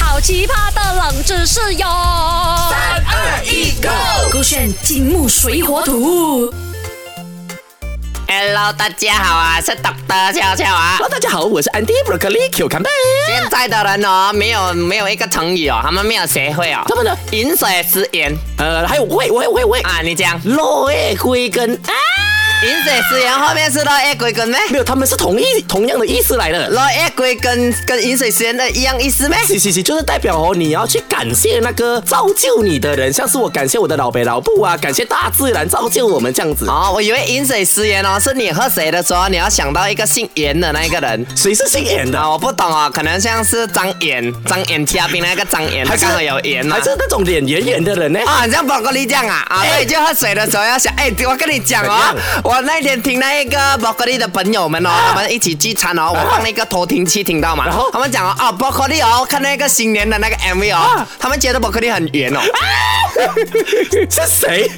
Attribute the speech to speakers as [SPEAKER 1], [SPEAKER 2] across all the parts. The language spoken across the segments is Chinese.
[SPEAKER 1] 好奇葩的冷知识哟！三
[SPEAKER 2] 二一，Go！
[SPEAKER 1] 勾选金木水火土。
[SPEAKER 2] Hello，大家好啊，是 Doctor 悄悄啊。
[SPEAKER 3] Hello，大家好，我是 Andy Broccoli Q 坎贝。
[SPEAKER 2] 现在的人哦，没有没有一个成语哦，他们没有学会哦。
[SPEAKER 3] 他们呢？
[SPEAKER 2] 饮水思源
[SPEAKER 3] 呃，还有喂喂喂喂，
[SPEAKER 2] 啊，你讲
[SPEAKER 3] 落叶归根啊，
[SPEAKER 2] 饮水思源后面是落叶归根咩？
[SPEAKER 3] 没有，他们是同一同样的意思来的。
[SPEAKER 2] 落叶归根跟饮水思源的一样意思咩？
[SPEAKER 3] 是是是，就是代表哦，你要去感谢那个造就你的人，像是我感谢我的老北老布啊，感谢大自然造就我们这样子。
[SPEAKER 2] 哦，我以为饮水思源哦，是你喝水的时候你要想到一个姓严的那一个人。
[SPEAKER 3] 谁是姓演的？
[SPEAKER 2] 啊，我不懂哦，可能像是张演，张演嘉宾那个张演，他
[SPEAKER 3] 还是
[SPEAKER 2] 刚好有啊演嘛
[SPEAKER 3] 还。是那种脸圆圆的人呢？
[SPEAKER 2] 啊，很像宝格丽酱啊啊！
[SPEAKER 3] 哎
[SPEAKER 2] 所以就喝水的时候要想，哎，我跟你讲
[SPEAKER 3] 怎
[SPEAKER 2] 哦
[SPEAKER 3] 样，啊
[SPEAKER 2] 我那天听那个宝格丽的朋友们哦，他们一起聚餐哦，我放了一个偷听器听到嘛，
[SPEAKER 3] 然后
[SPEAKER 2] 他们讲哦，啊，宝格丽哦，看那个新年的那个 MV 哦
[SPEAKER 3] 啊，
[SPEAKER 2] 他们觉得宝格丽很圆哦，
[SPEAKER 3] 是谁？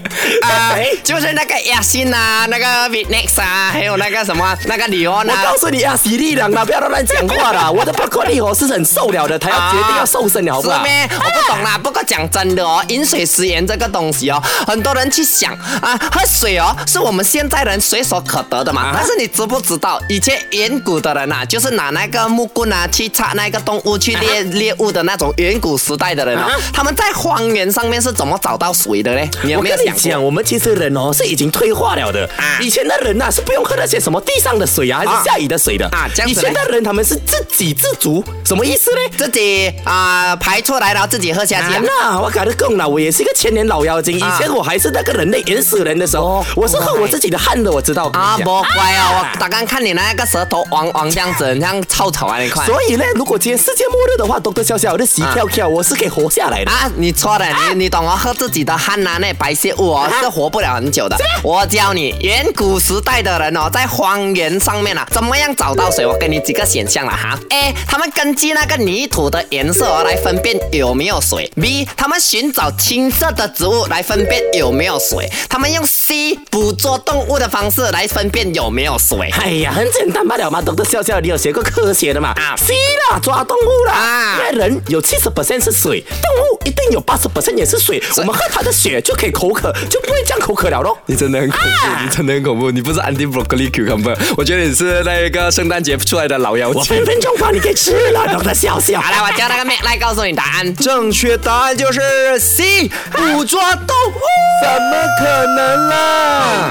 [SPEAKER 3] 哎
[SPEAKER 2] 啊
[SPEAKER 3] 是谁？
[SPEAKER 2] 就是那个雅欣啊，那个 v i n e x 啊，还有那个什么那个李欧
[SPEAKER 3] 我
[SPEAKER 2] 娜。
[SPEAKER 3] 告诉你啊，喜力郎啦，不要乱乱讲话啦！我的 broccoli 哦是很瘦了的，他要决定啊要瘦身了，好不
[SPEAKER 2] 啊是
[SPEAKER 3] 好？
[SPEAKER 2] 咩？我不懂啦。不过讲真的哦，饮水思源这个东西哦，很多人去想啊，喝水哦是我们现在人随手可得的嘛。
[SPEAKER 3] 啊
[SPEAKER 2] 但是你知不知道，以前远古的人呐、啊，就是拿那个木棍啊去插那个动物去猎、猎物的那种远古时代的人哦，
[SPEAKER 3] 啊
[SPEAKER 2] 他们在荒原上面是怎么找到水的嘞？你有
[SPEAKER 3] 我
[SPEAKER 2] 哎没
[SPEAKER 3] 跟
[SPEAKER 2] 有想
[SPEAKER 3] 你
[SPEAKER 2] 过？
[SPEAKER 3] 讲，我们其实人哦是已经退化了的。
[SPEAKER 2] 啊
[SPEAKER 3] 以前的人呐、是不用喝那些什么地上的水啊，还
[SPEAKER 2] 啊
[SPEAKER 3] 是下雨的水的
[SPEAKER 2] 啊这样
[SPEAKER 3] 以
[SPEAKER 2] 子嘞
[SPEAKER 3] 前的人他们是自给自足，什么意思呢？
[SPEAKER 2] 自己啊、排出来，然后自己喝下去、
[SPEAKER 3] 啊
[SPEAKER 2] 啊。
[SPEAKER 3] 那我搞得更了，我也是一个千年老妖精。以
[SPEAKER 2] 啊
[SPEAKER 3] 前我还是那个人类原始人的时候
[SPEAKER 2] 哦，
[SPEAKER 3] 我是喝
[SPEAKER 2] 乖
[SPEAKER 3] 我自己的汗的，我知道。我跟你
[SPEAKER 2] 啊，
[SPEAKER 3] 讲
[SPEAKER 2] 不乖哦！我刚刚看你那个舌头黄黄这样子，很像臭草啊，你看。
[SPEAKER 3] 所以呢，如果今天世界末日的话，多多小小的喜跳跳，我是可以活下来的。
[SPEAKER 2] 啊，你错了，你你懂哦，喝自己的汗呐、那白泄物哦，是活不了很久的。我教你，远古时代的人哦，在荒原上面啊，怎么样找到水？我给你几个选项了哈。A，他们根据那个泥土的颜色、哦、来分辨有没有水。B，他们寻找青色的植物来分辨有没有水。他们用 C 捕捉动物的方式来分辨有没有水。
[SPEAKER 3] 哎呀，很简单罢了嘛，懂得笑笑，你有学过科学的嘛？
[SPEAKER 2] 啊
[SPEAKER 3] 啊，C 啦，抓动物啦，
[SPEAKER 2] 啊
[SPEAKER 3] 因为人有七十 percent 是水，动物一定有八十 percent 也是水，我们喝它的血就可以口渴，就不会这样口渴了咯。
[SPEAKER 4] 你真的很恐怖，
[SPEAKER 2] 啊
[SPEAKER 4] 你真的很恐怖，你不是 anti broccoli cucumber，我觉得你是那个圣诞节出来的老妖
[SPEAKER 3] 我
[SPEAKER 4] 精。
[SPEAKER 3] 分分钟把你给吃了，懂得笑笑。
[SPEAKER 2] 好了，我叫那个 Mac 来告诉你答案。啊
[SPEAKER 4] 正确答案就是 C，捕捉动物。怎么可能
[SPEAKER 3] 啊
[SPEAKER 4] 啦？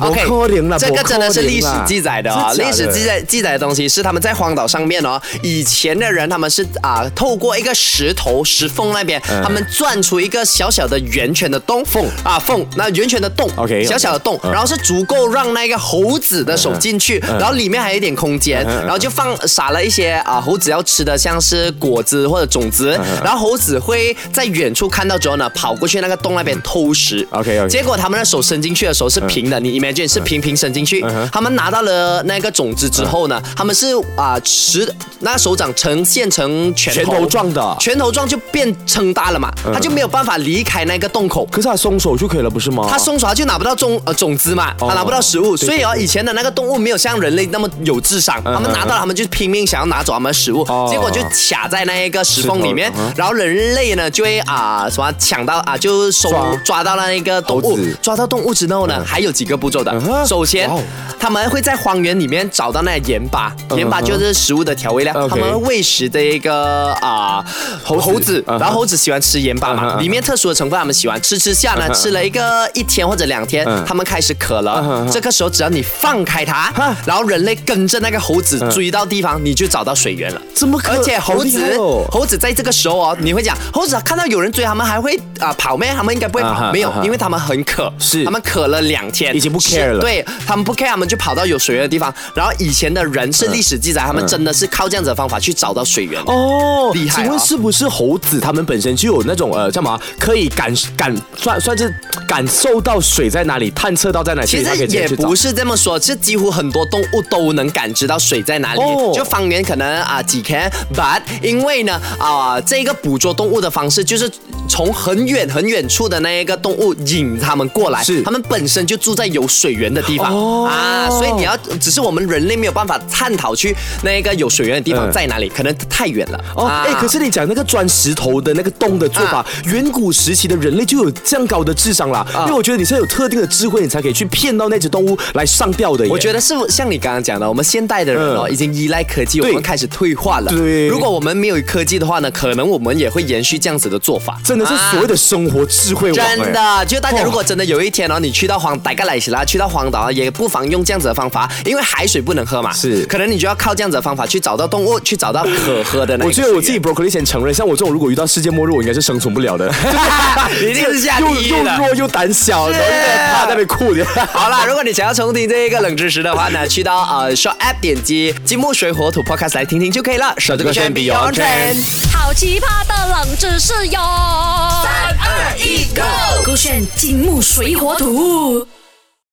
[SPEAKER 2] OK，
[SPEAKER 3] 不可能啦
[SPEAKER 2] 这个真的是
[SPEAKER 3] 不可能啦
[SPEAKER 2] 历史记载的啊、
[SPEAKER 3] 是假
[SPEAKER 2] 历
[SPEAKER 3] 的
[SPEAKER 2] 史记载记载的东西是他们在荒岛上面哦，以前的人他们是啊、透过一个石头石缝那边，
[SPEAKER 4] 嗯
[SPEAKER 2] 他们钻出一个小小的圆圈的洞缝啊缝，那圆圈的洞
[SPEAKER 3] OK，
[SPEAKER 2] 小小的洞，
[SPEAKER 3] 嗯
[SPEAKER 2] 然后是足够让那个猴子的手进去，然后里面还有一点空间，
[SPEAKER 3] 嗯
[SPEAKER 2] 然后就放撒了一些啊、猴子要吃的像是果子或者种子，
[SPEAKER 3] 嗯
[SPEAKER 2] 然后猴子会在远处看到之后呢，跑过去那个洞那边偷食。
[SPEAKER 3] 嗯 OK，OK 嗯
[SPEAKER 2] 结果他们的手伸进去的时候是平的，你 imagine 是平平伸进去。他们拿到了那个种子之后
[SPEAKER 3] 嗯
[SPEAKER 2] 呢，他们是啊持那个手掌呈现成拳头
[SPEAKER 3] 拳头状嗯的
[SPEAKER 2] 拳头状就变撑大了嘛，他就没有办法离开那个洞口。
[SPEAKER 3] 可是他松手就可以了，不是吗哦
[SPEAKER 2] 他松手他就拿不到种呃种子嘛，他拿不到食物，所以哦，以前的那个动物没有像人类那么有智商，他们拿到了，他们就拼命想要拿走他们的食物，
[SPEAKER 3] 嗯哦
[SPEAKER 2] 结果就卡在那一个石缝里面
[SPEAKER 3] 石头嗯，
[SPEAKER 2] 然后人类呢就会啊什么抢到啊就手
[SPEAKER 3] 抓
[SPEAKER 2] 抓到那一个动
[SPEAKER 3] 猴
[SPEAKER 2] 物
[SPEAKER 3] 子，嗯
[SPEAKER 2] 抓到动物之后呢，还有几个步骤的，
[SPEAKER 3] 哼
[SPEAKER 2] 首先
[SPEAKER 3] 哇哦嗯
[SPEAKER 2] 他们会在荒原里面找到那盐巴，盐巴就是食物的调味料，
[SPEAKER 3] OK
[SPEAKER 2] 他们会喂食这一个啊猴猴子，
[SPEAKER 3] 嗯
[SPEAKER 2] 然后猴子喜欢吃盐巴嘛，里面特殊的成分他们喜欢吃，吃下 呢吃了一个一天或者两天，
[SPEAKER 3] 嗯
[SPEAKER 2] 他们开始渴了，这个时候只要你放开它，然后人类跟着那个猴子追到地方，你就找到水源了。
[SPEAKER 3] 怎么可
[SPEAKER 2] 而且猴子
[SPEAKER 3] 嗯好厉害哦，
[SPEAKER 2] 猴子在这个时候哦，你会讲猴子看到有人追他们还会啊跑咩？他们应该不会
[SPEAKER 3] 啊哈
[SPEAKER 2] 跑，
[SPEAKER 3] 啊
[SPEAKER 2] 没有
[SPEAKER 3] 哈，
[SPEAKER 2] 因为他们很渴，
[SPEAKER 3] 是
[SPEAKER 2] 他们渴了两天，
[SPEAKER 3] 已经不
[SPEAKER 2] 是
[SPEAKER 3] care 了
[SPEAKER 2] 对。对他们不 care，他们就跑到有水源的地方。然后以前的人
[SPEAKER 3] 嗯
[SPEAKER 2] 是历史记载，他们真的是靠这样子的方法去找到水源。
[SPEAKER 3] 哦，
[SPEAKER 2] 厉害啊
[SPEAKER 3] 请问是不是猴子它们本身就有那种呃叫什么啊可以感感算算是感受到水在哪里，探测到在哪里？
[SPEAKER 2] 其
[SPEAKER 3] 所以它可
[SPEAKER 2] 实
[SPEAKER 3] 以直接
[SPEAKER 2] 也
[SPEAKER 3] 去找
[SPEAKER 2] 不是这么说，是几乎很多动物都能感知到水在哪里。
[SPEAKER 3] 哦
[SPEAKER 2] 就方圆可能啊几 k，but 因为呢啊、这个捕捉动物的方式就是从很远很远处的那一个动物引它们过来，
[SPEAKER 3] 是哦
[SPEAKER 2] 它们本身就住在有水源的地方、啊，所以你要只是我们人类没有办法探讨去那个有水源的地方
[SPEAKER 3] 嗯
[SPEAKER 2] 在哪里，可能太远了。
[SPEAKER 3] 哦，
[SPEAKER 2] 啊
[SPEAKER 3] 哎、可是你讲那个钻石头的那个洞的做法，
[SPEAKER 2] 啊
[SPEAKER 3] 远古时期的人类就有这样高的智商啦。因为我觉得你是有特定的智慧，你才可以去骗到那只动物来上吊的耶。
[SPEAKER 2] 我觉得是像你刚刚讲的，我们现代的人哦，
[SPEAKER 3] 嗯
[SPEAKER 2] 已经依赖科技，我
[SPEAKER 3] 对
[SPEAKER 2] 们开始退化了。
[SPEAKER 3] 对
[SPEAKER 2] 如果我们没有科技的话呢，可能我们也会延续这样子的做法。啊
[SPEAKER 3] 真的是所谓的生活智慧王、哎
[SPEAKER 2] 真的，就大家
[SPEAKER 3] 哇
[SPEAKER 2] 如果真的有一天哦，你去到荒达个莱西拉，去到荒岛啊，也不妨用这样子的方法，因为海水不能喝嘛，
[SPEAKER 3] 是
[SPEAKER 2] 可能你就要靠这样子的方法去找到动物，去找到可喝 的那
[SPEAKER 3] 我
[SPEAKER 2] 个水
[SPEAKER 3] 觉
[SPEAKER 2] 源。
[SPEAKER 3] 得我自己 broccoli 先承认，像我这种如果遇到世界末日，我应该是生存不了 的，
[SPEAKER 2] 一定是下
[SPEAKER 3] 又
[SPEAKER 2] 地狱 啊
[SPEAKER 3] 又
[SPEAKER 2] 的。
[SPEAKER 3] 弱又胆小，然后又在趴在那边哭的。
[SPEAKER 2] 好啦，如果你想要重听这一个冷知识的话呢，去到呃 s h o p App 点击金木水火土 Podcast 来听听就可以了。手这个圈 Beyond Trend。
[SPEAKER 1] 好奇葩的冷知识哟！三二一，Go！勾选金木水火土。